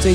最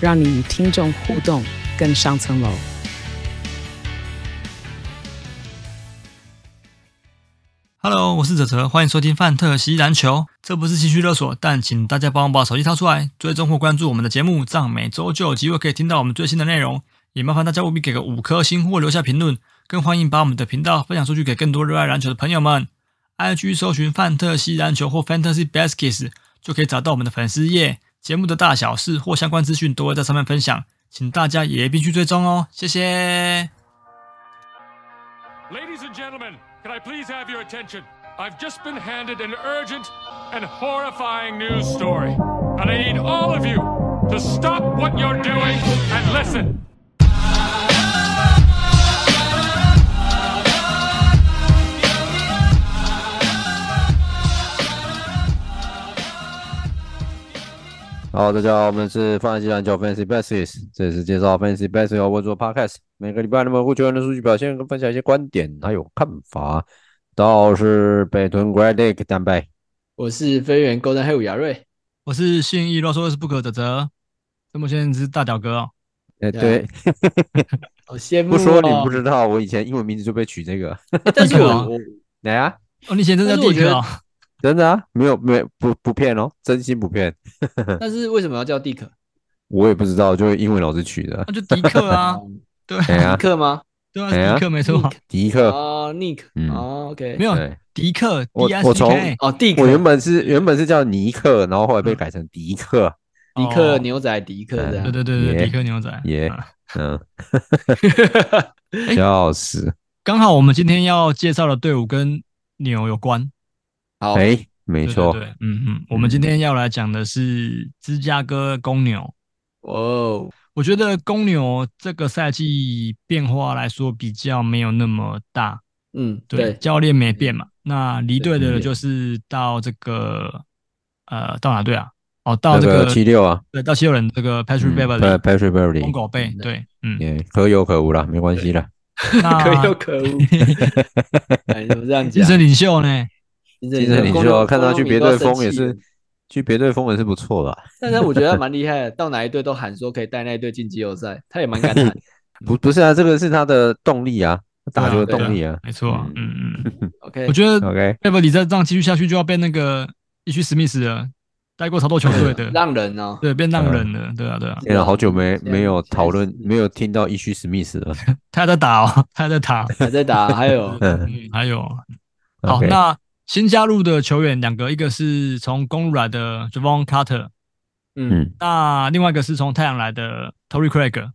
让你与听众互动更上层楼。 Hello，我是哲哲，欢迎收听《范特西篮球》。这不是情绪勒索，但请大家帮我把手机掏出来，追踪或关注我们的节目，这样每周就有机会可以听到我们最新的内容。也麻烦大家务必给个五颗星或留下评论，更欢迎把我们的频道分享出去给更多热爱篮球的朋友们。IG 搜寻“范特西篮球”或 “Fantasy Baskets” 就可以找到我们的粉丝页，节目的大小事或相关资讯都会在上面分享，请大家也必须追踪哦，谢谢。 Ladies and gentlemen, can I please have your attention? I've just been handed an urgent and horrifying news story. And I need all of you to stop what you're doing and listen. Hello，大家好，我们是放弃篮球 Fancy Basis，这里是介绍 Fancy Basis 和温州 Podcast。每个礼拜，那么会球员的数据表现跟分享一些观点还有看法。倒是北屯 Great Lake 蛋白，我是飞员勾 o 黑五亚瑞，我是信义啰嗦是不可的哲，这么先生是大屌哥哦。哎、对对，好羡慕、哦。不说你不知道，我以前英文名字就被取这个。欸但是一个我啊我来啊，哦，你以前真的但叫是我地觉哥得哦，真的啊，没有没有不不骗哦，真心不骗。但是为什么要 叫 Dick？我也不知道，就是英文老师取的。那就迪克 啊，对哎呀、迪克吗？对啊，哎呀是迪克没错啊，迪克，哦，Nick，嗯哦，OK，没有对，迪克我 D S 我 D 从 K，哦，Dick，我原本是原本是叫尼克，然后后来被改成迪克。迪克牛仔迪克这哦对样，对对对，耶迪克牛仔耶啊嗯， 笑死。刚好我们今天要介绍的队伍跟牛有关，好，哎、没对错哦对，对嗯嗯，我们今天要来讲的是芝加哥公牛。哇哦，我觉得公牛这个赛季变化来说比较没有那么大，嗯，对，对，教练没变嘛。那离队对的没变就是到这个呃到哪队啊？哦，到这那个七六啊，对，到七六人这个 Patrick 嗯 Beverly， Pa- Patrick 疯 Beverly，狗贝，对，嗯，也可有可无啦，没关系啦。 可有那可 无。哎，你怎么这样精讲？神领袖呢？精精神领公袖啊牛看他去别队公牛疯也迷都生 是气了，去别队疯也是不错的啊，但是我觉得他蛮厉害的，到哪一队都喊说可以带那一队进季后赛，他也蛮敢喊。嗯不不是啊，这个是他的动力啊，打球的对啊动力啊。没错，嗯嗯， OK，我觉得 OK，贝弗里再这样继续下去，就要变那个地区史密斯了，带过超多球队的， 让人哦，对，变浪人了，对啊，对啊，天啊，好久没现在没有现在讨论是，没有听到伊区史密斯了。他还在打哦， 他还在打。还在打，还有嗯，嗯，还有，好， OK 那新加入的球员两个，一个是从公路来的 Javon Carter，嗯，嗯那另外一个是从太阳来的 Tory Craig。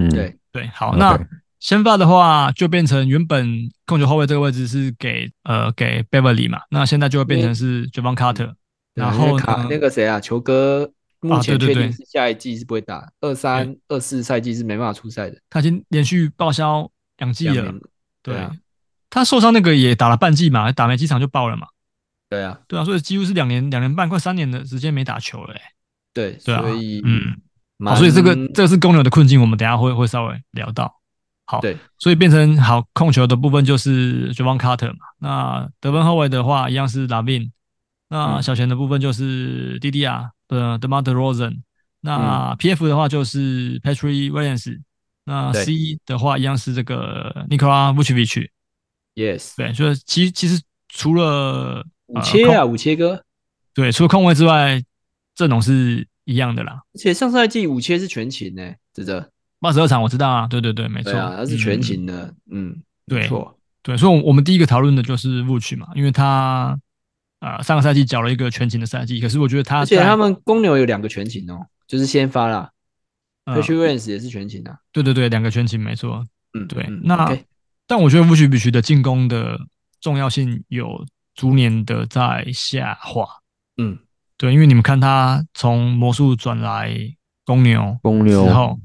嗯，哦对，对，好，那 OK 先发的话就变成原本控球后卫这个位置是给呃给 Beverly 嘛，那现在就会变成是 Javon Carter。对然因为后卡呢那个谁啊，球哥目啊前对确对定对是下一季是不会打，二三二四赛季是没办法出赛的。他已经连续报销两季两了年，对对啊他受伤那个也打了半季嘛，打没几场就爆了嘛，对啊，对啊，所以几乎是两年、两年半、快三年的时间没打球了、欸，对，对啊所以嗯，好，蛮，所以这个这个是公牛的困境，我们等一下会会稍微聊到。好，对，所以变成好控球的部分就是 Javon Carter 嘛，那得分后卫的话一样是 Lavin，那嗯小前的部分就是 DDR 的 d e m a r d e r o s e n 那嗯 PF 的话就是 Patrick Williams，那对 C 的话一样是这个 Nikola Vucevic， yes 对，所以其其实除了五切，啊呃控五切哥，对，除了控卫之外，阵容是一样的啦。而且上赛季五切是全勤呢，指着八十二场我知道啊，对对对，没错，对啊，他是全嗯勤的，嗯，对没错，对，所以，我我们第一个讨论的就是录取嘛，因为他呃上个赛季缴了一个全勤的赛季，可是我觉得他而且在他们公牛有两个全勤哦，就是先发啦 p 呃 a t r i c Williams 也是全勤啊，对对对两个全勤没错，嗯，对嗯那 OK，但我觉得乌许比许的进攻的重要性有逐年的在下滑，嗯，对，因为你们看他从魔术转来公牛公之牛，后，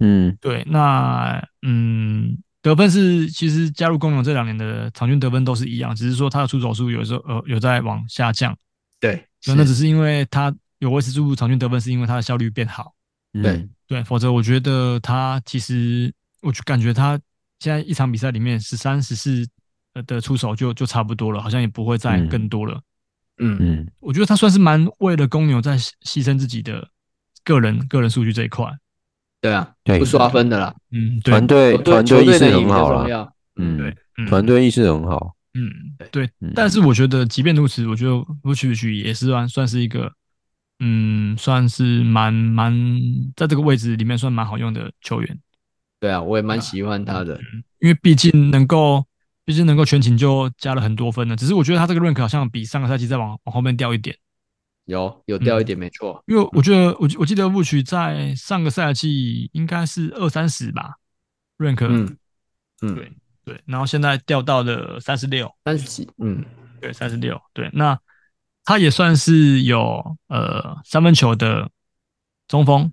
嗯对，那嗯，得分是其实加入公牛这两年的场均得分都是一样，只是说他的出手数有时候呃有在往下降，对，那那只是因为他有维持住场均得分，是因为他的效率变好，嗯对对，否则我觉得他其实我就感觉他现在一场比赛里面十三十四呃的出手就就差不多了，好像也不会再嗯更多了。嗯，嗯我觉得他算是蛮为了公牛在牺牺牲自己的个人个人数据这一块。对啊，对不刷分的啦，嗯，对团，队球队团球队意队识的赢很比好较啦重，要。嗯，对，嗯团队意识很好，嗯对，对嗯。但是我觉得，即便如此，我觉得不曲不曲也是算算是一个，嗯，算是蛮蛮在这个位置里面算蛮好用的球员，对啊，我也蛮喜欢他嗯的。因为毕竟能够，毕竟能够全勤就加了很多分了。只是我觉得他这个 rank 好像比上个赛季再往往后面掉一点。有有掉一嗯点没错，因为我觉得我记我记得 w 曲在上个赛季应该是二三十吧，rank，嗯嗯对对，然后现在掉到了三十六，三十几，嗯，对，三十六，对，那他也算是有呃三分球的中锋，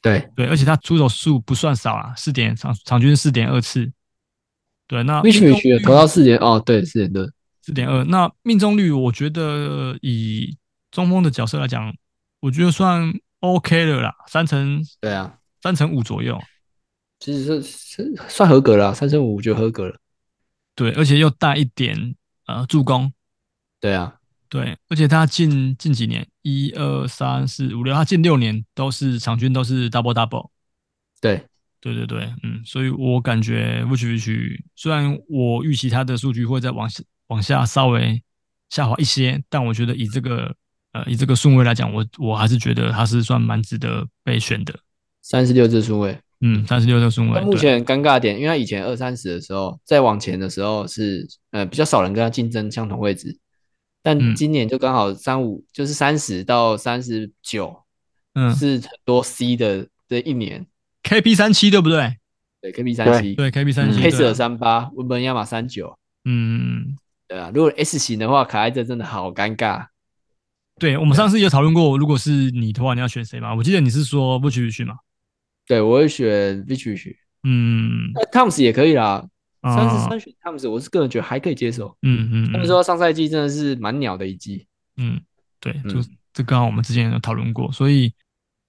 对，对，而且他出手数不算少啊，四点场场均四点二次，对，那必须必须投到四点哦，对，四点多，四点二，那命中率我觉得以中锋的角色来讲，我觉得算 OK 了啦，三成对啊，三成五左右。其实是是算合格了啊，三乘五我觉得合格了，对，而且又带一点呃助攻，对啊，对，而且他近近几年一二三四五六，他近六年都是场均都是 double double，对，对对对，嗯，所以我感觉 w i c h w i c h 虽然我预期他的数据会再往下往下稍微下滑一些，但我觉得以这个呃以这个顺位来讲，我我还是觉得他是算蛮值得被选的，三十六字顺位。嗯，三十六个顺位但，目对前尴尬的点，因为他以前二三十的时候，再往前的时候是呃比较少人跟他竞争相同位置，嗯但今年就刚好三五就是三十到三十九嗯是很多 C 的这一年， ，KP 三七对不对？对 KB 三七，对，KP 三嗯七，黑色对啊三八，文本亚马三九，嗯。对啊，如果 S 型的话，卡莱特真的好尴尬，对，我们上次有讨论过，如果是你的话，你要选谁吗？我记得你是说不屈不屈嘛。对我会选 Vich Vich，嗯，那 Toms 也可以啦，三十啊三选 Toms，我是个人觉得还可以接受，嗯嗯他们嗯说上赛季真的是蛮鸟的一季，嗯，对，就嗯这刚好我们之前有讨论过，所以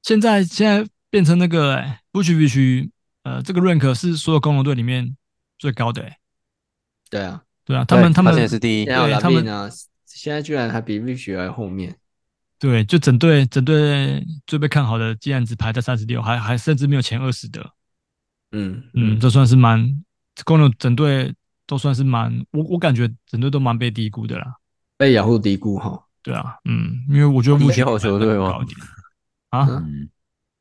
现在现在变成那个欸不屈不屈，呃，这个 rank 是所有公牛队里面最高的欸，对啊，对啊，他们对他们现在是第一现，在有对拉他们宾啊，现在居然还比 Vich 还后面。对，就整队整队最被看好的，竟然只排在三十六，还还甚至没有前二十的，嗯嗯，这算是蛮公牛整队都算是蛮，我我感觉整队都蛮被低估的啦。被雅虎低估哈。对啊，嗯，因为我觉得目前低调球队吗高一点啊，嗯，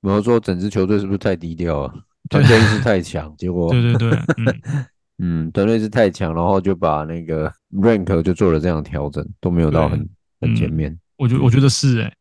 我要说整支球队是不是太低调啊？团队意识太强， 结果对对对，嗯，嗯，团队意识太强，然后就把那个 rank 就做了这样的调整，都没有到很嗯很前面。我觉我觉得是哎、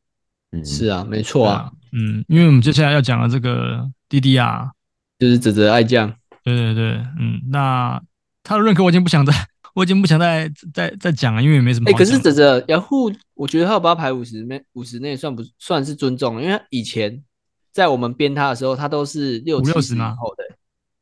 嗯，是啊，没对错啊，，嗯，因为我们接下来要讲的这个滴滴啊，就是指责爱将。对对对，嗯，那他的认可我已经不想再， 我已经不想再再再讲了，因为也没什么哎、好可讲。是指责雅虎，我觉得他有把他排五十内，五十内算不算是尊重？因为他以前在我们编他的时候，他都是六五六十十以吗后的、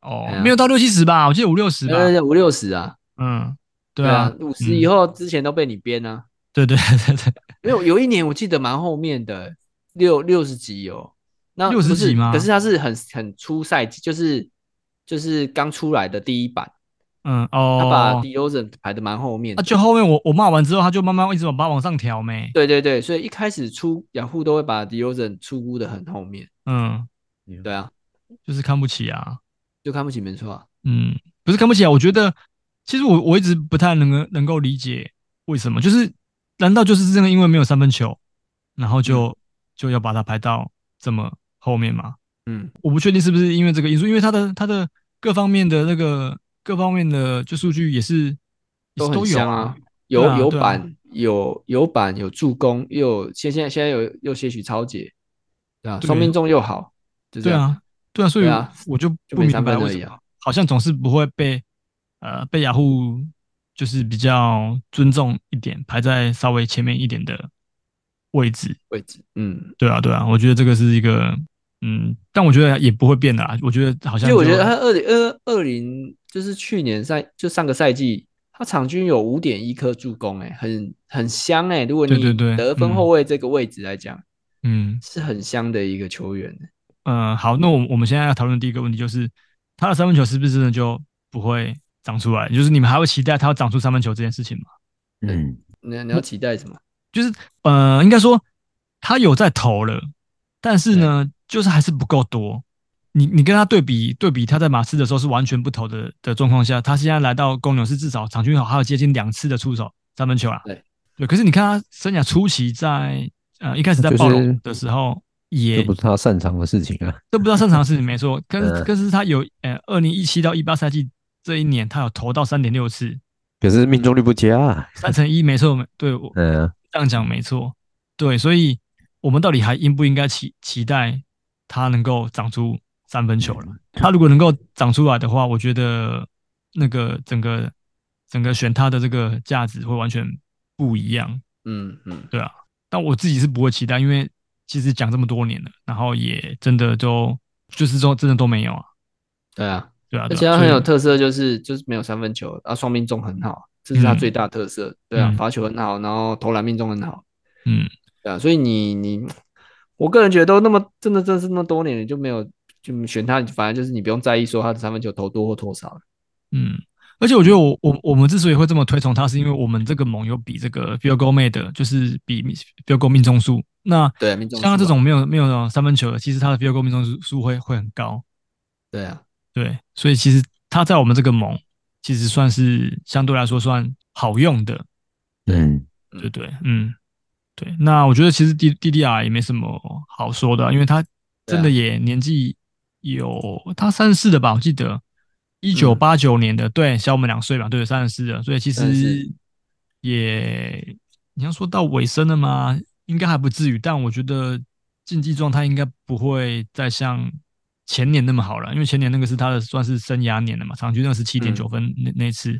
哦哎呀，没有到六七十吧，我记得五六十吧对，对对，五六十啊，嗯，对啊，五十以后之前都被你编啊。对对对 对，没有，有一年我记得蛮后面的，六六十集有。那60不是集吗可是他是很很初赛季，就是就是刚出来的第一版，嗯他把哦， d i o n 排的蛮后面啊，的。就后面我我骂完之后，他就慢慢一直往把它往上调没，对对对，所以一开始出雅虎都会把 d i o n 出估的很后面，嗯，对啊，就是看不起啊，就看不起没错啊。嗯，不是看不起啊，我觉得其实我我一直不太能够能够理解为什么，就是难道就是真的因为没有三分球，然后就、就要把它排到这么后面吗？嗯，我不确定是不是因为这个因素，因为他的他的各方面的那个各方面的就数据也是也是都很有香啊啊，，有对啊有对啊板有有板有助攻，又有现现在现在有又些许超解，对啊，对双命中又好，就这对样。啊，对啊，所以对啊我就就不没明三白分为而什已啊么好像总是不会被呃被雅虎就是比较尊重一点，排在稍微前面一点的位置。位置，嗯，对啊，对啊，我觉得这个是一个嗯，但我觉得也不会变的啦。我觉得好像就我觉得他他二零二二零就是去年赛就上个赛季，他场均有五点一颗助攻、欸，哎，很很香哎、如果对你对对得分嗯后卫这个位置来讲，嗯是很香的一个球员、欸。呃好，那我我们现在要讨论的第一个问题就是他的三分球是不是真的就不会长出来？就是你们还会期待他要长出三分球这件事情吗？嗯，你你要期待什么？就是呃，应该说他有在投了，但是呢，就是还是不够多。你你跟他对比对比，他在马刺的时候是完全不投的的状况下，他现在来到公牛是至少场均有还有接近两次的出手三分球啊。对对，可是你看他生涯初期在呃一开始在就是暴龙的时候也这不是他擅长的事情啊。这不知道擅长的事情没错，可是嗯可是他有呃二零一七到一八赛季这一年他有投到三点六次，可是命中率不佳、啊。三乘一没错，没对我嗯，这样讲没错，对，所以我们到底还应不应该期期待他能够长出三分球了？他如果能够长出来的话，我觉得那个整个整个选他的这个价值会完全不一样。嗯嗯，但我自己是不会期待，因为其实讲这么多年了，然后也真的都就是说真的都没有啊，对啊，对啊，而对啊且他很有，所特色，就是就是没有三分球，啊，双命中很好，这是他嗯最大特色。对啊嗯，罚球很好，然后投篮命中很好。以嗯，对啊，所以你你，我个人觉得都那么真的，真的是那么多年，你就没有就选他，反正就是你不用在意说他的三分球投多或投少了。嗯，而且我觉得我我我们之所以会这么推崇他，是因为我们这个盟有比这个 field goal made 的，就是比 field goal 命中数。那对啊，命中像他数这啊种没有没有三分球的，其实他的 field goal 命中数数会会很高。对啊，对，所以其实他在我们这个盟其实算是相对来说算好用的，嗯，对不对？嗯，对。那我觉得其实 D D D R 也没什么好说的啊，因为他真的对啊也年纪有他三十四了吧，我记得一九八九年的，对，小我们两岁吧，对，嗯三十四了，所以其实34也你要说到尾声了吗？应该还不至于，但我觉得竞技状态应该不会再像前年那么好了，因为前年那个是他的算是生涯年了嘛，场均二十七点九分那、那次，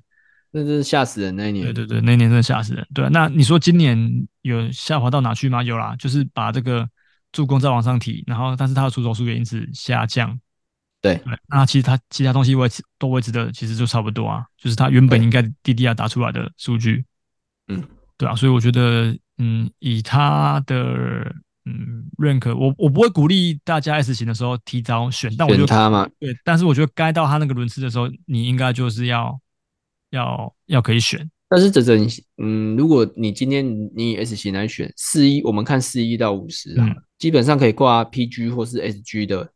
那真是吓死人那一年。对对对，那一年真的吓死人。对啊、那你说今年有下滑到哪去吗？有啦，就是把这个助攻再往上提，然后但是他的出手数也因此下降。对对，那其实他其他东西维持都维持的其实就差不多啊，就是他原本对应该 DDR 打出来的数据。嗯，对啊，所以我觉得，嗯，以他的嗯认可，我我不会鼓励大家 S 型的时候提早选，但我选就他嘛，对，但是我觉得该到他那个轮次的时候，你应该就是要要要可以选。但是这整嗯，如果你今天你以 S 型来选四一，我们看四一到五十啊嗯，基本上可以挂 PG 或是 SG 的，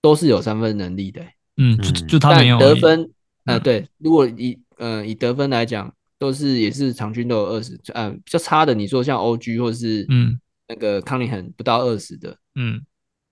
都是有三分能力的欸、嗯，就嗯就他但没有而得已分，呃，嗯对，如果以呃以得分来讲，都是也是场均都有二十，呃，比较差的，你说像 OG 或是嗯那个康宁很不到二十的，嗯，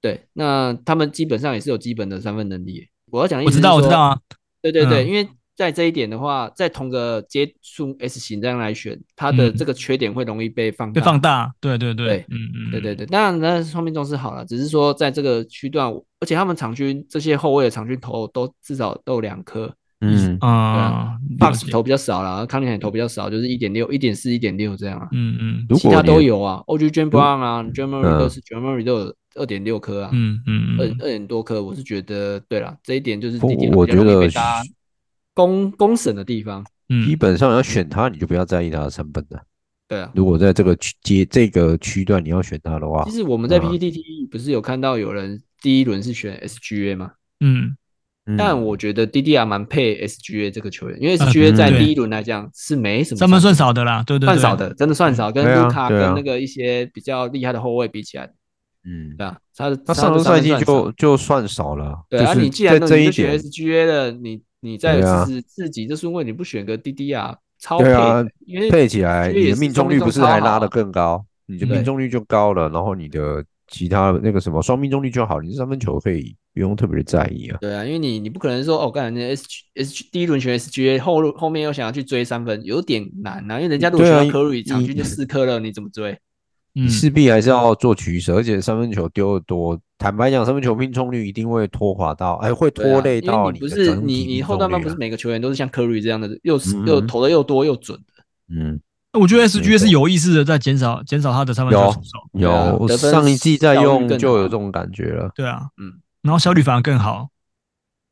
对，那他们基本上也是有基本的三分能力。我要讲的意我思知是道我知说道啊，对对对，嗯因为在这一点的话，在同个接触 S 型这样来选，它的嗯这个缺点会容易被放被大。放。大，对对对对嗯嗯，对对嗯，对，当然那双命中是好了，只是说在这个区段，而且他们场均这些后卫的场均投都至少都有两颗嗯，啊棒了子解投比较少啦，康宁也投比较少，就是一点六、一点四、一点六这样啊。嗯嗯如其果他你都，有啊，OG j a m Brown 啊 j a m e r y 都是 j a m e r y 都有二点六颗啊，嗯嗯二嗯，二点多颗，我是觉得对了，这一点就是不第一点我比较容易觉得被大家公公审的地方。嗯基本上要选他，你就不要在意他的成本了。对啊，如果在这个区阶这个区段你要选他的话其，实我们在嗯 PPTT 不是有看到有人第一轮是选 SGA 嘛？嗯嗯但我觉得 DDR 蛮配 SGA 这个球员，因为呃 SGA 在对第一轮来讲是没什么三分算少的啦，对对算对，少的，真的算少，跟对啊卢卡对跟啊那个一些比较厉害的后卫比起来，嗯对，啊，他的他他上的个三赛分季算少就就算少了，对就啊，是你既然在都这你一就选点， SGA 了，你你在对啊自自己这顺位你不选个 DDR 超配对啊的，因为配起来 SGA 你也的是命中率不是超还好拉得啊更高，你的嗯命中率就高了，然后你的其他那个什么双命中率就好，你三分球可以不用特别的在意啊。对啊，因为你你不可能说哦，干人家 SG SG 第一轮选 SGA，后路后面又想要去追三分，有点难啊。因为人家如果对选啊到科瑞，你场均就四颗了，你怎么追？嗯你势必还是要做取舍，而且三分球丢得多，坦白讲，三分球命中率一定会拖垮到，哎，会对啊拖累因为到你的不是整体你你命中后段班率不是啊每个球员都是像科瑞这样的，又是嗯又投的又多又准的。嗯，那我觉得 SGA 没错是有意识的在减少减少他的三分球有出手，有、对啊我得分上一季在效率用更就有好这种感觉了，对啊，嗯，然后效率反而更好，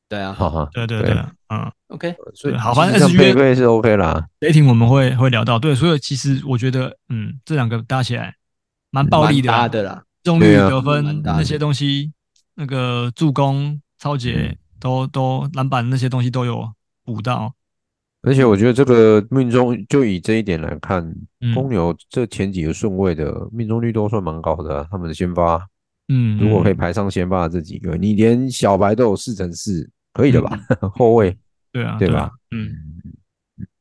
对啊哈哈。对对对对，嗯， ，OK，所以好反正像 SGA 配对是 OK 啦，雷霆我们会会聊到，对，所以其实我觉得，嗯，这两个搭起来蛮暴力嗯蛮的啊，搭的啦，中率、对啊得分蛮搭的那些东西，那个助攻、超嗯解都都篮板那些东西都有补到，而且我觉得这个命中就以这一点来看，嗯公牛这前几个顺位的命中率都算蛮高的啊、他们的先发嗯，如果可以嗯排上先发的这几个，你连小白都有四乘四，可以的吧？ 后卫，对啊，对对啊吧，嗯，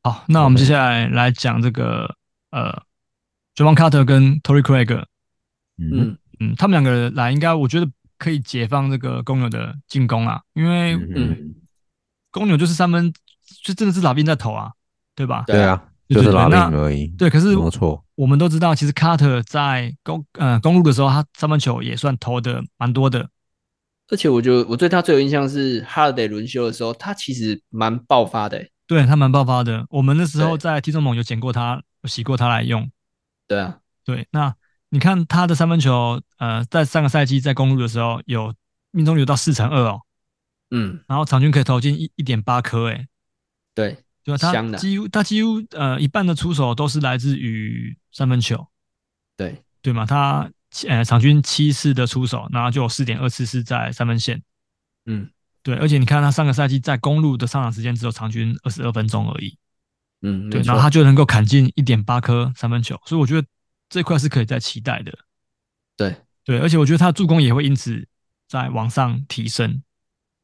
好，那我们接下来来讲这个呃 j a v o n Carter 跟 Tory Craig，嗯嗯嗯，他们两个人来应该我觉得可以解放这个公牛的进攻啊，因为嗯，公牛就是三分，就真的是老兵在投啊，对吧？对啊，就是拉丁而已，对，可是没错，我们都知道，其实卡特在公呃公路的时候，他三分球也算投的蛮多的。而且我觉得我对他最有印象是哈 o l 轮休的时候，他其实蛮爆发的欸、对他蛮爆发的，我们那时候对在踢中盟有捡过他，有洗过他来用。对啊，对，那你看他的三分球，呃，在上个赛季在公路的时候有命中率有到四成二哦，嗯，然后场均可以投进一一点八颗，诶，对，对吧？啊他香的几乎他几乎呃一半的出手都是来自于三分球，对，对吗？他呃场均七次的出手，然后就有四点二次是在三分线。嗯对，而且你看他上个赛季在公路的上场时间只有场均二十二分钟而已，嗯，对，没然后错他就能够砍进一点八颗三分球，所以我觉得这块是可以再期待的。对对，而且我觉得他的助攻也会因此在往上提升。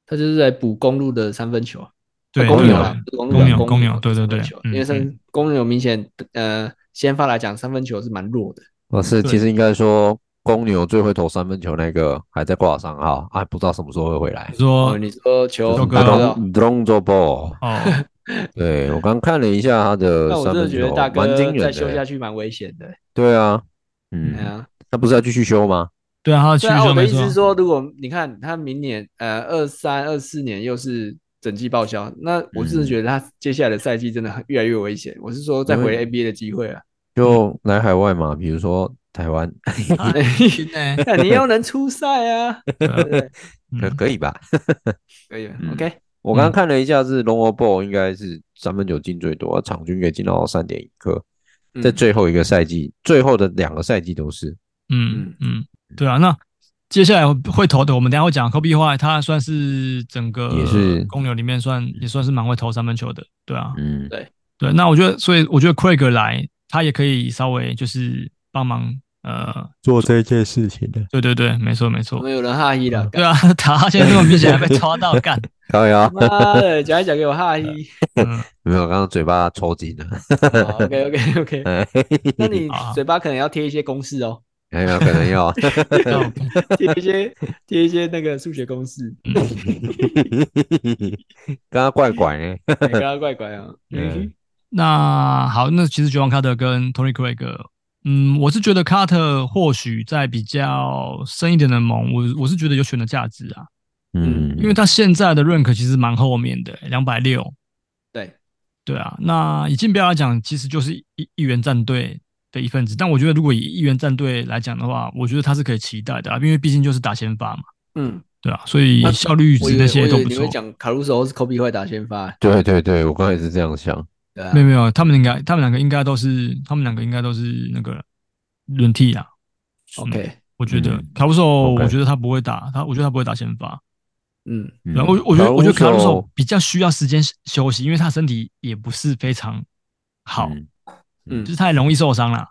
他就是在补公路的三分球，对，公公牛牛啊对，不是公牛啊公牛的对对三对分球嗯因为嗯三公牛明显呃先发来讲，三分球是蛮弱的，我哦是对其实应该说，公牛最会投三分球那个还在挂上号，啊，不知道什么时候会回来你。说哦，你说球周不哥啊知道 d r o n z o ball，哦，对我刚看了一下他的那我三真的分觉得球大，蛮惊哥再人修下的。去蛮危险的。对啊，对嗯，啊，他不是要继续修吗？对啊，他的需 对啊，求我的没意思是错，说，如果你看他明年呃二三二四年又是整季报销，那我真嗯的觉得他接下来的赛季真的很越来越危险。我是说再因为回 NBA 的机会啊， 就来海外嘛，比如说台湾，哎真的耶那你要能出赛啊， 对啊可嗯 可以吧？可以 嗯，OK，我刚刚看了一下，是 Longo Ball 应该是三分球进最多，场均可以进到三点一颗，嗯在最后一个赛季，最后的两个赛季都是。嗯嗯，对啊，那。接下来会投的，我们等一下会讲。科比坏，他算是整个也是公牛里面算也算是蛮会投三分球的，对啊。嗯对，那我觉得，所以我觉得 Craig 来，他也可以稍微就是帮忙，呃，做这件事情的，对对对，没错没我错们，有人哈伊了，嗯对啊， 他现在这么明显还被抓到 干，高瑶妈的，讲一讲给我哈伊嗯，没有，刚刚嘴巴抽筋了。 ，OK OK OK，哎，那你好好嘴巴可能要贴一些公式哦，有没有哎可能要？ 那贴一些贴一些那个数学公 式，嗯刚刚怪欸怪呢，哎刚刚怪怪啊，嗯嗯哼那好，那其实 John Carter 跟 Tony Craig，嗯，我是觉得 Carter 或许在比较深一点的盟，我我是觉得有选的价值啊，嗯，因为他现在的 rank 其实蛮后面的，两百六，对，对啊，那以竞标来讲，其实就是一一员战队的一份子。但我觉得，如果以一员战队来讲的话，我觉得他是可以期待的、啊，因为毕竟就是打先发嘛，嗯，对啊，所以那效率我值以那为些我以都为不你会错。讲卡鲁索或是科比会打先发，对对对，我刚才也是这样想。对啊没有没有，他们应该，他们两个应该都是，他们两个应该都是那个轮替啊。 ，OK，我觉得嗯卡鲁索， OK 我觉得他不会打，他我觉得他不会打先发。嗯，嗯然后我我觉得我觉得卡鲁索 Caruso，比较需要时间休息，因为他身体也不是非常好，嗯嗯就是他也容易受伤啦。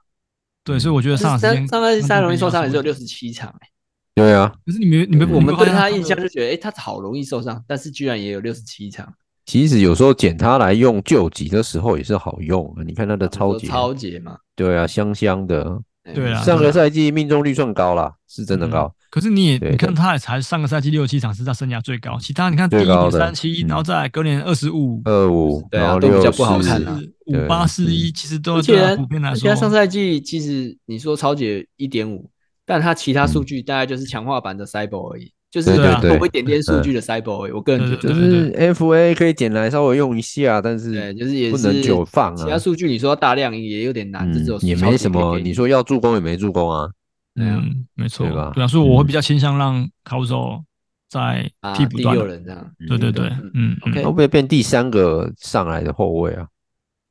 对，所以我觉得上场时间上上赛季赛容易受伤也也只有六十七场、欸，对啊，可是你嗯没你没我们对他他印象就觉得，哎、他好容易受伤，但是居然也有六十七场，其实有时候捡它来用救急的时候也是好用，啊你看它的超级，超节嘛，对啊，香香的。哎对啊上个赛季命中率算高啦，是真的高。可是你也对你看他也才上个赛季六七场是他生涯最高，其他你看第一最年高的三七，嗯然后再来隔年二十五、二五，对啊然后都六比较十不好看啊五八四嗯一，其实都而对且他普遍来而说且他，上赛季其实你说超节一点五，但他其他数据大概就是强化版的 Cyber 而已，就是嗯对对多对一点点数据的 Cyber，我个人觉就得对对是 FA 可以点来稍微用一下，但对，是就是也不是能久放其他啊。嗯数据你说要大量也有点难，这只有也数据没什么，可以给你说要助攻也没助攻啊。对啊嗯，没错，对吧对啊，所以我会嗯比较倾向让卡鲁索在啊替补第端六啊，人这样，对对对，嗯嗯 OK 会不会变第三个上来的后卫啊？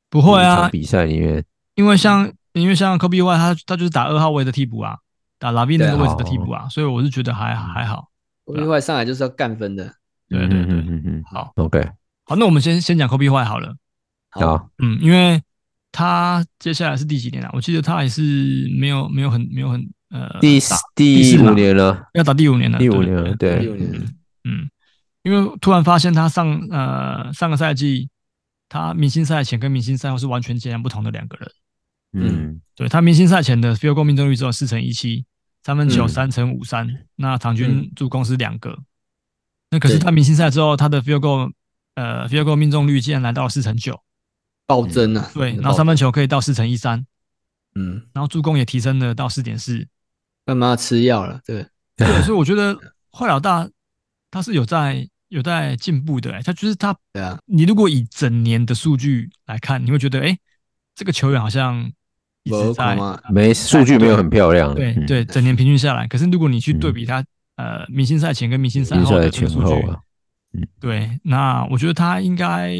不会一场啊，嗯比赛里面因为像因为像科比 Y 他他就是打二号位的替补啊，打拉比那个位置的替补哦啊，所以我是觉得还还好。我另外上来就是要干分的，对对对，嗯嗯好，OK，好，那我们先先讲科比 Y 好了，好，好，嗯，因为他接下来是第几年啊？我记得他也是没有没有很没有很呃，第打第四五嘛年了，要打第五年了，第五对年了，对第六年嗯，因为突然发现他上呃上个赛季，他明星赛前跟明星赛后是完全截然不同的两个人。嗯对他明星赛前的 field goal 命中率只有四成一七，三分球嗯三成五三，那场均嗯助攻是两个。那可是对他明星赛之后，他的 field goal 呃 field goal 命中率竟然来到四成九，暴增啊，嗯对，嗯真的然后暴三分增，球可以到四成一三，嗯，然后助攻也提升了到四点 四。干嘛要吃药了？对，对，所以我觉得坏老大他是有在有在进步的、欸，他就是他对啊，你如果以整年的数据来看，你会觉得，哎、这个球员好像一直不在，嘛，没数据没有很漂亮，对嗯，对，整年平均下来。可是如果你去对比他，呃，明星赛前跟明星赛比后赛的的这个前数后据，啊，对，那我觉得他应该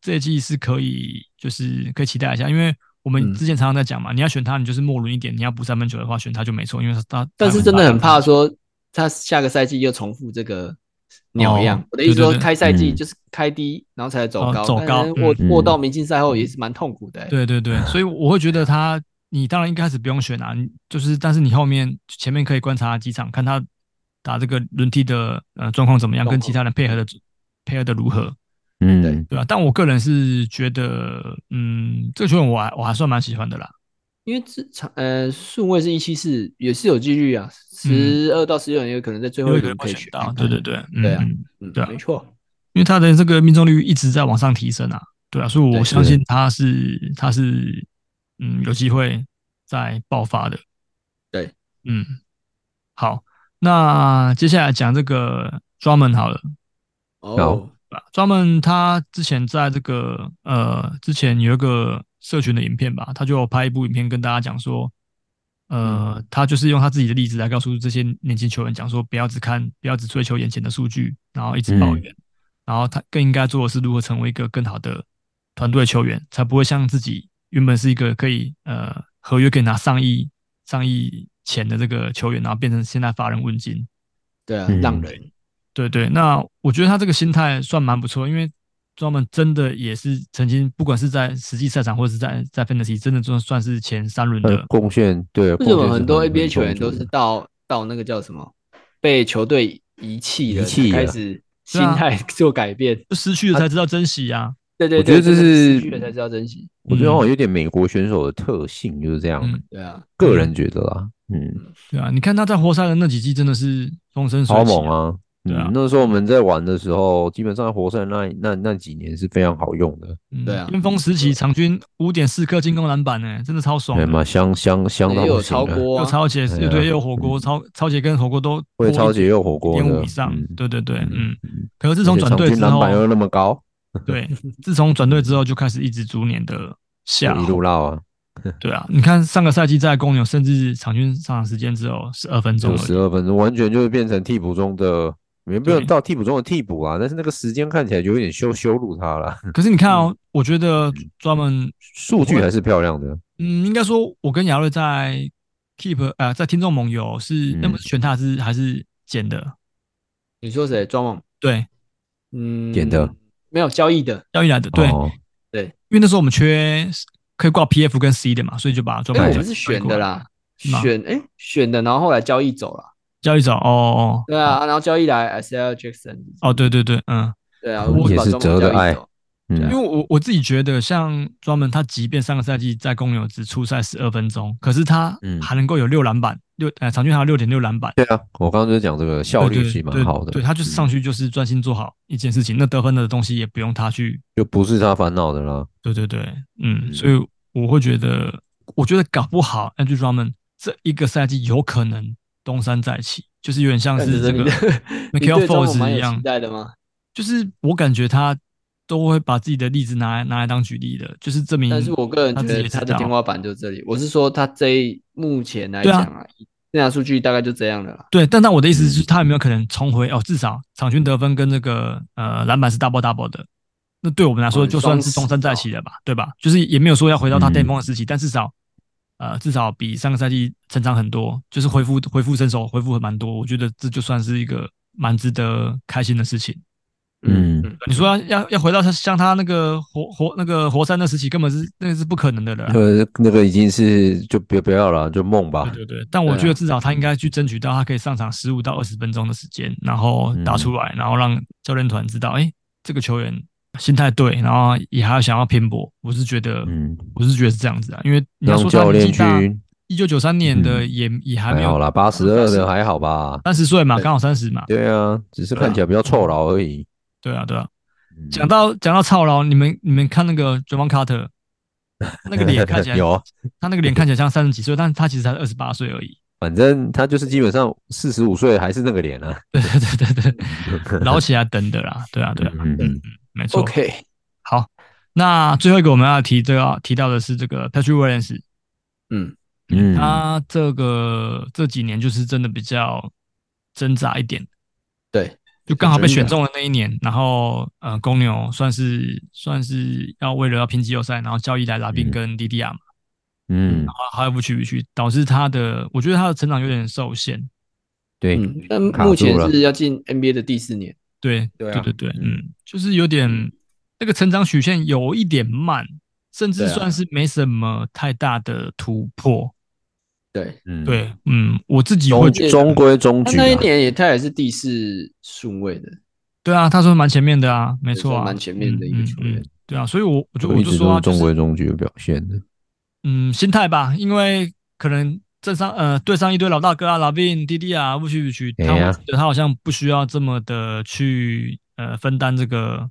这一季是可以，就是可以期待一下，因为我们嗯之前常常在讲嘛，你要选他，你就是末轮一点，你要补三分球的话，选他就没错，因为他他但是他真的很大怕说他下个赛季又重复这个鸟样哦。我的意思说对对，对开赛季嗯就是开低，然后才走哦高，走高但是握嗯握到明星赛后也是蛮痛苦的欸。对对对，所以我会觉得他，你当然一开始不用选啊，你就是但是你后面前面可以观察几场，看他打这个轮替的呃状况怎么样，跟其他人配合的配合的如何，嗯，对吧、啊但我个人是觉得，嗯，这个球员我还我还算蛮喜欢的啦，因为这场呃顺位是一七四，也是有几率啊，嗯十二到十六人有可能在最有后一一个人轮会可以选选到，对对，对，嗯对啊嗯嗯对啊，没错，因为他的这个命中率一直在往上提升啊，对啊，所以我对相信他是他是嗯有机会再爆发的。对，嗯，好，那接下来讲这个 Drummond 好了，哦，对吧？Drummond 他之前在这个呃之前有一个社群的影片吧，他就拍一部影片跟大家讲说，呃，他就是用他自己的例子来告诉这些年轻球员讲说，不要只看，不要只追求眼前的数据，然后一直抱怨，然后他更应该做的是如何成为一个更好的团队球员，才不会像自己原本是一个可以呃合约可以拿上亿上亿钱的这个球员，然后变成现在乏人问津。对啊嗯，让人对对，那我觉得他这个心态算蛮不错，因为专门真的也是曾经，不管是在实际赛场或者是在在 fantasy，真的就算是前三轮他的的，贡献对，为什贡么献很多是 NBA 球员充足都的是到到那个叫什么被球队遗弃遗了，弃才了开始心对啊态 做改变？就失去了才知道珍惜啊。对对我觉得对，真这的是失去了才知道珍惜。我觉得好像有点美国选手的特性就是这样，嗯对啊，个人觉得啦，嗯，对啊，你看他在活塞的那几季真的是风生水超起、猛啊！对啊嗯，那时候我们在玩的时候，基本上活塞那那那几年是非常好用的，嗯！对啊巅峰时期场均五点四颗进攻篮板呢、真的超爽对的。嘛，相相相当也不有行超啊过又啊，超姐，哎哎呀又对，又有火锅，超超姐跟火锅都会超级又火锅点五的以上嗯，对对对，嗯嗯。可是自自从转队之篮后，板又那么高，对，自从转队之后就开始一直逐年的下滑一路绕啊，对啊，你看上个赛季在公牛，甚至场均上场时间只有十二分钟就而十已。二分钟，完全就是变成替补中的，也没有对到替补中的替补啊，但是那个时间看起来就有点羞羞辱他了，可是你看哦，我觉得专门，数据还是漂亮的，嗯，应该说，我跟亚瑞在 keep 呃，在听众盟友是嗯那么选他还是还是捡的，你说谁？庄猛？对，嗯，点的没有交易的，要一来的，对，哦因为那时候我们缺可以挂 PF 跟 C 的嘛，所以就把专哎，门我们是选的，啦，是吗选哎选的，然后后来交易走了，交易走，哦哦对啊，然后交易来 S L Jackson，哦，对对对，嗯，对啊，嗯我们也把是庄哲猛的交爱易走，因为嗯，我我自己觉得，像专门他，即便上个赛季在公牛只出赛十二分钟，可是他嗯还能够有六篮板，六呃场均还有六点六篮板，对啊，我刚刚就讲这个效率是蛮好的，对对对他就是上嗯去就是专心做好一件事情，那得分的东西也不用他去。就不是他烦恼的啦，对对对，嗯，嗯所以我会觉得，我觉得搞不好 Andrew Drummond 这一个赛季有可能东山再起，就是有点像但是这是个你的 你 Michael 对中国 Fox 蛮一有期样，待的吗？就是我感觉他都会把自己的例子拿来拿来当举例的，就是证明。但是我个人嗯他觉自己得也他知的道天花板就这里。我是说，他这一目前来对啊讲啊，生涯数据大概就这样了啦。对，但但我的意思是，他有没有可能重回哦？至少场均得分跟这个呃篮板是 double double 的，那对我们来说哦就算是双东十山再哦起了吧，对吧？就是也没有说要回到他巅峰的嗯时期，但至少呃至少比上个赛季成长很多，就是恢复恢复身手恢复蛮多，我觉得这就算是一个蛮值得开心的事情。嗯你说要要要回到他像他那个活活那个活塞那时期，根本是那个是不可能的了啦。啊呃，那个已经是就别不要了，就梦吧。对对对，但我对啊觉得至少他应该去争取到他可以上场十五到二十分钟的时间，然后嗯打出来，然后让教练团知道，哎，这个球员心态对，然后也还要想要拼搏。我是觉得，嗯，我是觉得是这样子啊，因为你要让说教他年练纪大，去，一九九三年的嗯也、也还没还好有啦，八十二的还好吧？三十岁嘛，刚好三十嘛，对啊，只是看起来比较臭老而已。对啊对啊。嗯讲到讲到操劳，你们你们看那个 j a m a n Carter，那个脸看起来 有啊，他那个脸看起来像三十几岁，但是他其实才二十八岁而已。反正他就是基本上四十五岁还是那个脸啊。对对对对， 老起来等的啦，对啊对啊，嗯嗯没错。 OK，好，那最后一个我们要提这个提到的是这个 Patrick Williams，嗯，嗯，他这个这几年就是真的比较挣扎一点，对，哎就刚好被选中了那一年，然后呃，公牛算是算是要为了要拼季后赛，然后交易来拉宾嗯跟迪迪亚嘛，嗯，还有不去不去，导致他的我觉得他的成长有点受限。对，嗯，但卡目前住了是要进 NBA 的第四年，对对对啊对对，嗯嗯，就是有点那个成长曲线有一点慢，甚至对啊算是没什么太大的突破。对，嗯，对，嗯，我自己会中觉得，中规中他矩啊。那一年也他也是第四顺位的，对啊，他说蛮前面的啊，没错啊，算蛮前面的一个球嗯嗯员嗯，对啊，所以我我就我一就直说啊，都就是中是规中矩的表现的。嗯，心态吧，因为可能镇上呃对上一堆老大哥啊，老病弟弟啊，不许不许，他哎呀会觉得他好像不需要这么的去呃分担这个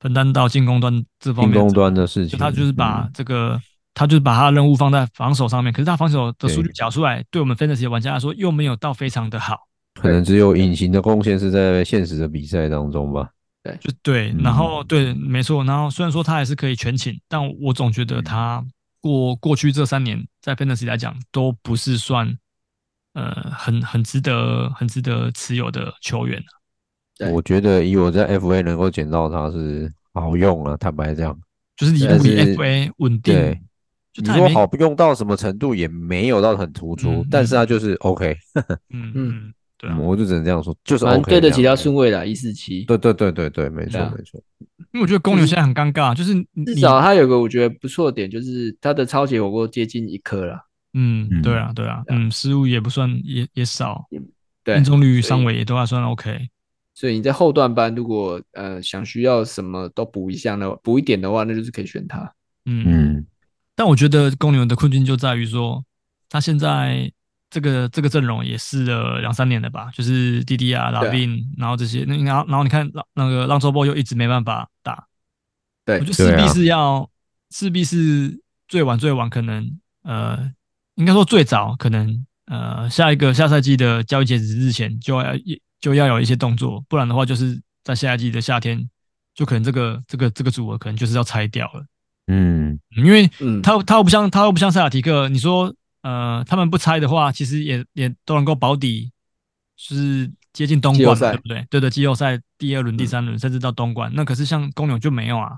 分担到进攻端这方进面的责攻任，端的事就情，他就是把嗯这个，他就是把他的任务放在防守上面，可是他防守的数据对缴出来，对我们 fantasy 的玩家来说又没有到非常的好，可能只有隐形的贡献是在现实的比赛当中吧。就对，然后对，没错，然后虽然说他还是可以全勤，但我总觉得他过过去这三年在 fantasy 来讲都不是算呃很很值得很值得持有的球员，啊对我觉得以我在 FA 能够捡到他是好用啊，坦白讲，就是一但路以是 FA 稳对定，，就你他也说没好用到什么程度也没有到很突出，嗯但是他就是 OK，、嗯嗯嗯，对啊，我就只能这样说，就是反 OK，正对得起这样他顺位啦，一四七，对对对对对，没错、对啊没错，因为我觉得公牛现在很尴尬，就是你至少他有个我觉得不错的点，就是他的超级火锅接近一颗啦。嗯，嗯对啊对啊，对啊嗯，失误也不算也也少，对命，中率、所以上围也都还算 OK，所以你在后段班，如果呃想需要什么都补一项的，补一点的话，那就是可以选他。嗯嗯但我觉得公牛的困境就在于说，他现在这个这个阵容也试了两三年了吧，就是弟弟啊、拉对啊宾，然后这些，那然后然后你看那那个浪周波又一直没办法打，我对觉得势对必啊是要势必是最晚最晚可能呃，应该说最早可能呃下一个下赛季的交易截止日前就要就要有一些动作，不然的话就是在下一季的夏天就可能这个这个这个组合可能就是要拆掉了。嗯，嗯因为嗯他他又不像他又不像塞尔提克，你说呃他们不拆的话，其实也也都能够保底，就是接近东季后冠嘛，赛对不对？对对，季后赛第二轮、第三轮，甚至到东冠。那可是像公牛就没有啊，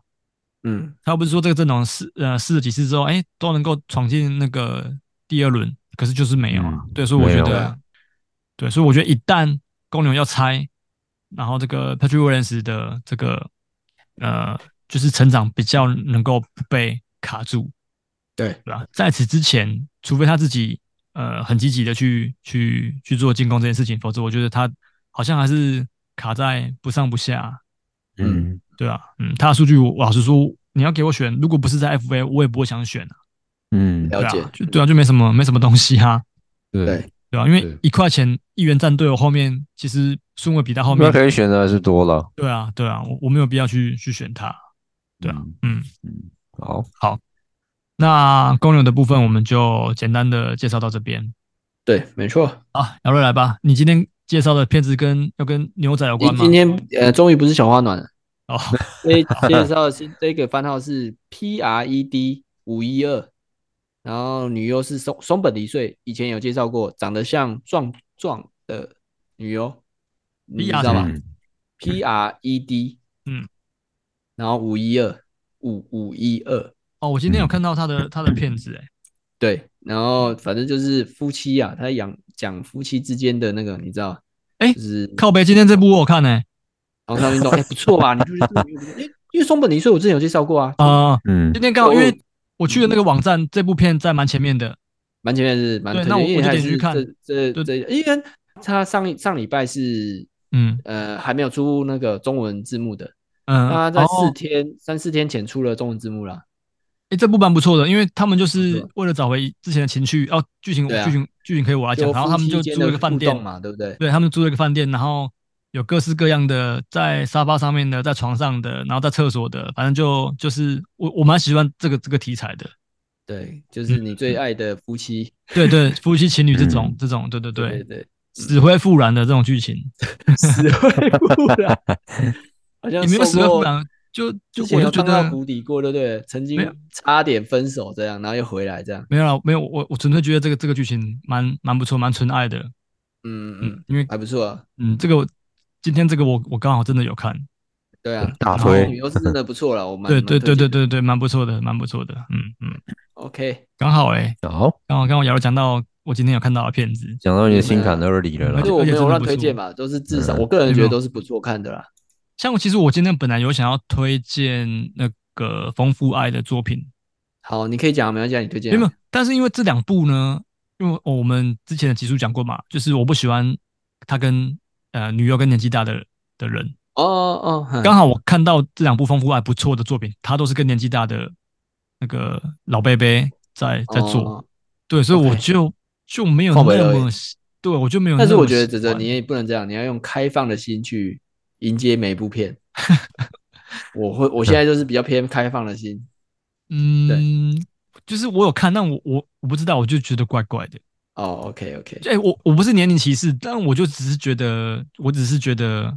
嗯，他又不是说这个阵容试呃试了几次之后，哎都能够闯进那个第二轮，可是就是没有啊。嗯对，所以我没觉有得，对，所以我觉得一旦公牛要拆，然后这个 Patrick Williams 的这个呃就是成长比较能够不被卡住。对，对吧？在此之前，除非他自己呃很积极的去去去做进攻这件事情，否则我觉得他好像还是卡在不上不下，嗯对啊，嗯，他的数据我我老实说，你要给我选，如果不是在 FA，我也不会想选啊，嗯，了解对啊，就对啊，就没什么没什么东西啊，对对，对啊，因为对一块钱一元战队，我后面其实顺位比他后面那，可以选的还是多了，对啊，对啊，我我没有必要去去选他，对啊，嗯，嗯，好，那公牛的部分我们就简单的介绍到这边。对，没错。啊，姚瑞来吧，你今天介绍的片子跟要跟牛仔有关今吗？今天呃，终于不是小花暖了。哦，这介绍是这个番号是 P R E D 五一二，然后女优是松松本梨穗，以前有介绍过，长得像壮壮的女优，你知道吧嗯？P R E D，嗯，然后五一二五五一二，哦，我今天有看到他嗯的他的片子，哎，对，然后反正就是夫妻啊，他养讲夫妻之间的那个，你知道，哎就是靠北，今天这部我有看欸呢，床上 运动，哎，不错吧？你就是这个女优不错哎因为松本梨穗我之前有介绍过啊，啊，嗯今天刚好因哦为我去的那个网站，这部片在蛮前面的，蛮前面是蛮对推那荐，我因为我就还点是进去看这这对这，因为他上一上礼拜是嗯呃还没有出那个中文字幕的，嗯，他啊在四哦天、三四天前出了中文字幕啦。哎，这部蛮不错的，因为他们就不是错为了找回之前的情绪，哦，剧情对啊剧情剧情可以我来讲，然后夫他们妻就间租了的一个饭互店动，嘛，对不对？对他们租了一个饭店，然后有各式各样的，在沙发上面的，在床上的，然后在厕所的，反正就就是我我蛮喜欢这个这个题材的，对，就是你最爱的夫妻， 对对，夫妻情侣这种、嗯这种，对对对对，对，死灰复燃的这种剧情， 死灰复 燃，好像也没有死灰受复过燃，啊就就之前我有就觉撞到得谷底过，对不对？曾没有经差点分手这样，然后又回来这样，没有啦，没有我我纯粹觉得这个这个剧情蛮蛮不错，蛮纯爱的，嗯嗯嗯，，因为还不错啊，嗯这个我今天这个我我刚好真的有看，对啊，大然后推女优是真的不 错了，我蛮对蛮对推对荐对对对，蛮不错的，蛮不错的，嗯嗯， ，OK，刚好哎、欸，好，刚好刚好瑶瑶讲到我今天有看到的片子，讲到你的心坎都是里了而啦且就。我而没且有真的乱不推错荐吧，都是至少嗯我个人有没觉得有都是不错看的啦。像我其实我今天本来有想要推荐那个《丰富爱》的作品，好，你可以讲，没关系啊，你推荐没啊。有，但是因为这两部呢，因为我们之前的集数讲过嘛，就是我不喜欢他跟呃女优跟年纪大的的人。哦哦，哦刚好我看到这两部《丰富爱》不错的作品，他都是跟年纪大的那个老贝贝在在做，，嗯哦对，所以我 OK 就就没有靠北那了么喜对我就没有那么喜但是欢。我觉得哲哲，你也不能这样，你要用开放的心去迎接每一部片。我会，我现在就是比较偏开放的心。嗯，就是我有看，但我我我不知道，我就觉得怪怪的。哦，OK OK，哎、我我不是年龄歧视，但我就只是觉得，我只是觉得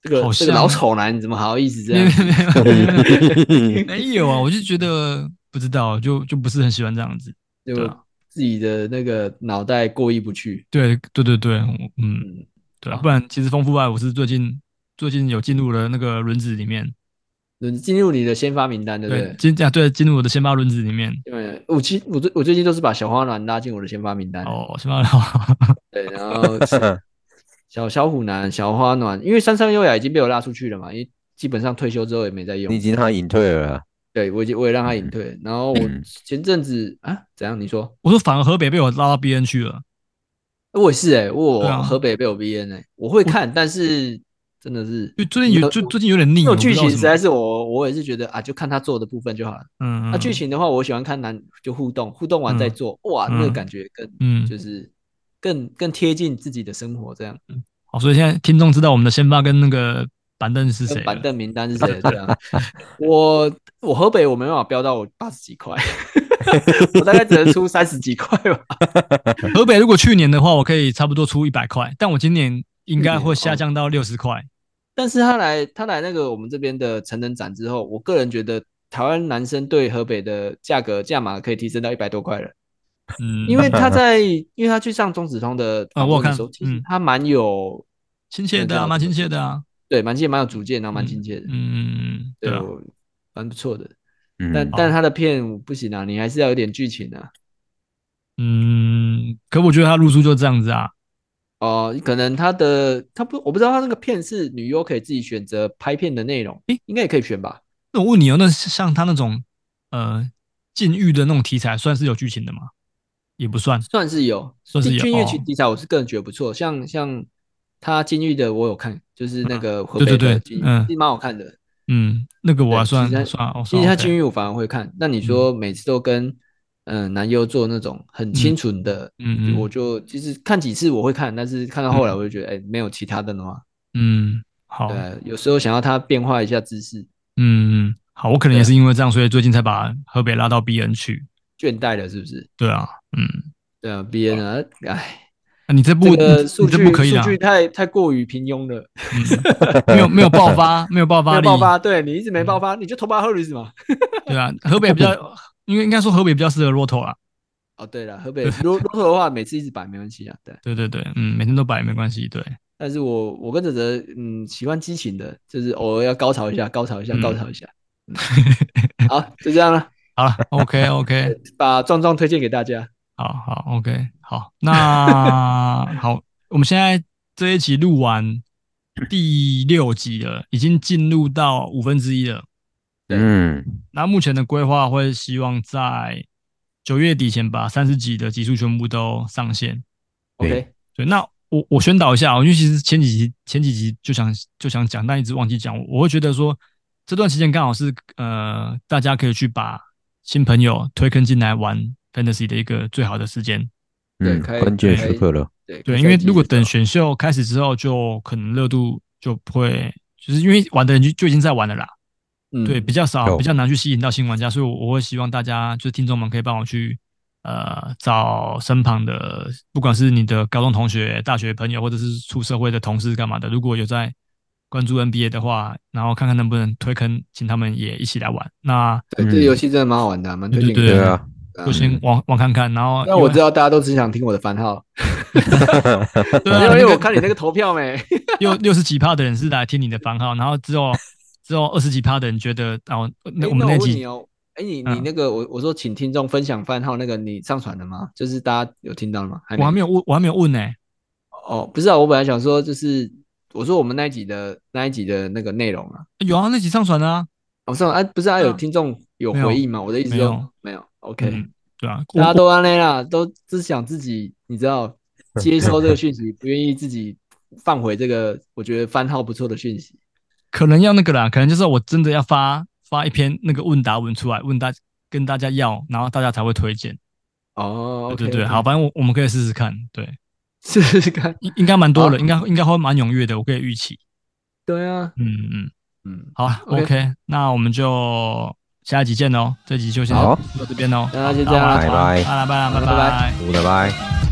这个好这像个老丑男，你怎么好意 思这没样有？没有没有没有嗯没有啊，我就觉得不知道，就就不是很喜欢这样子。对就啊自己的那个脑袋过意不去。对对对对，我嗯，嗯，对啊，好不然其实丰富爱我是最近最近有进入了那个轮子里面，轮嗯进入你的先发名单，对不对？进啊对进入我的先发轮子里面。因为我其我最我最近都是把小花男拉进我的先发名单。哦，先发好，对，然后 小小虎男、小花暖，因为三上优雅已经被我拉出去了嘛，因为基本上退休之后也没再你已用。经他隐退了啦，对，我已经我也让他隐退。然后我嗯前阵子啊，怎样？你说？ 我说反而河北被我拉到 B N 去了。我也是哎、我对啊河北被我 BN 哎、我会看，但是真的是就最近有，就最近有点腻。那我种不剧知道情为实什么在是我我也是觉得啊，就看他做的部分就好了。嗯，那、嗯剧情的话，我喜欢看男就互动，互动完再嗯做，哇，那个嗯感觉更、嗯就是更更贴近自己的生活这样。好，哦所以现在听众知道我们的先发跟那个板凳是谁啊跟了板凳名单是谁？对啊，我我河北我没办法飙到我八十几块， 我大概只能出三十几块吧。河北如果去年的话，我可以差不多出一百块，但我今年应该会下降到六十块。但是他来他来那个我们这边的成人展之后，我个人觉得台湾男生对河北的价格价码可以提升到一百多块了，嗯，因为 他在因为他去上中子通的啊访我有问的看时候，其实嗯他蛮有亲切的啊，蛮亲切的啊。对蛮亲蛮有主见，然后蛮亲切的，嗯，对对啊，哦我蛮不错的。嗯但但他的片不行啊，你还是要有点剧情啊。嗯，可我觉得他露出就这样子啊。哦，可能他的他不，我不知道他那个片是女优可以自己选择拍片的内容，诶应该也可以选吧？那我问你哦，那像他那种呃禁欲的那种题材，算是有剧情的吗？也不算。算是有，算是地有君越哦其题材，我是个人觉得不错，像像他金玉的我有看，就是那个河对啊对北对的金玉嗯其实蛮好看的。嗯，那个我还对算其实他算，我其算实他 OK 金玉我反而会看，那你嗯说每次都跟嗯、呃男优做那种很清纯的，嗯嗯我就其实看几次我会看，但是看到后来我就觉得，哎、没有其他的了嘛。嗯好对啊，有时候想要他变化一下姿势，嗯嗯好，我可能也是因为这样，所以最近才把河北拉到 B N 去。倦怠了是不是？对啊，嗯，对啊，B N 啊，哎。哎、那你这这不个你数你据这不可以数啦，嗯据太太过于平庸了， 没有没有爆发，没有爆没发有力，爆发，对你一直没爆发，你就投巴赫里斯嘛。对啊，河北比 较，因为应该说河北比较适合 Roto 啦。嗯哦，对了，河北如如何的话，每次一直摆没关系啊，对。对对对，嗯，每天都摆没关系，对，但是我我跟哲哲嗯喜欢激情的，就是偶尔要高潮一下，高潮一下，嗯高潮一下。嗯 好，就这样了，好了，OK OK，把壮壮推荐给大家。好好 OK，好，那好，我们现在这一集录完第六集了，已经进入到五分之一了。嗯，那目前的规划会希望在九月底前把三十集的集数全部都上线。 OK，对，那我我宣导一下哦，因为其实前几集前几集就想就想讲，但一直忘记讲。我我会觉得说，这段期间刚好是呃，大家可以去把新朋友推坑进来玩 Fantasy 的一个最好的时间。对嗯，可以关键可时以刻了，对对，因为如果等选秀开始之后，就可能热度就不会，就是因为玩的人就就已经在玩了啦。对，比较较少，有比较难去吸引到新玩家，所以我我会希望大家就是听众们可以帮我去呃找身旁的，不管是你的高中同学、大学朋友，或者是出社会的同事干嘛的，如果有在关注 NBA 的话，然后看看能不能推坑，请他们也一起来玩。那对这个游戏真的蛮好玩的啊，蛮推嗯荐给对大对家啊，的啊。就先玩玩看看，然后那我知道大家都只想听我的番号， 对 因啊，为因为那我个看你那个投票没，六六十几趴的人是来听你的番号，然后只 有只有二十几趴的人觉得哦，那诶我们那那问集你哦，哎，你你嗯那个我我说请听众分享番号那个你上传了吗？就是大家有听到了吗？还我还没有问，我还没有问呢、哦，不是啊，我本来想说就是我说我们那一集的那一集的那个内容啊，有啊，那集上传了啊。我说啊，不是啊，对啊有听众有没有回应吗？我的意思没说有没有，OK，嗯，对啊，我大家都安内啦，都只想自己你知道接收这个讯息，不愿意自己放回这个我觉得番号不错的讯息。可能要那个啦，可能就是我真的要发发一篇那个问答文出来，问大跟大家要，然后大家才会推荐。哦对 o 对对，好，，反正我我们可以试试看，对，试试看。应应该蛮多好人，应该应该会蛮踊跃的，我可以预期。对啊，嗯嗯，嗯，好，OK ，OK，那我们就下一集见喽，这集就先好到这边喽，哦那就好这样啦好好拜拜好啦拜啦，拜拜拜拜。拜拜。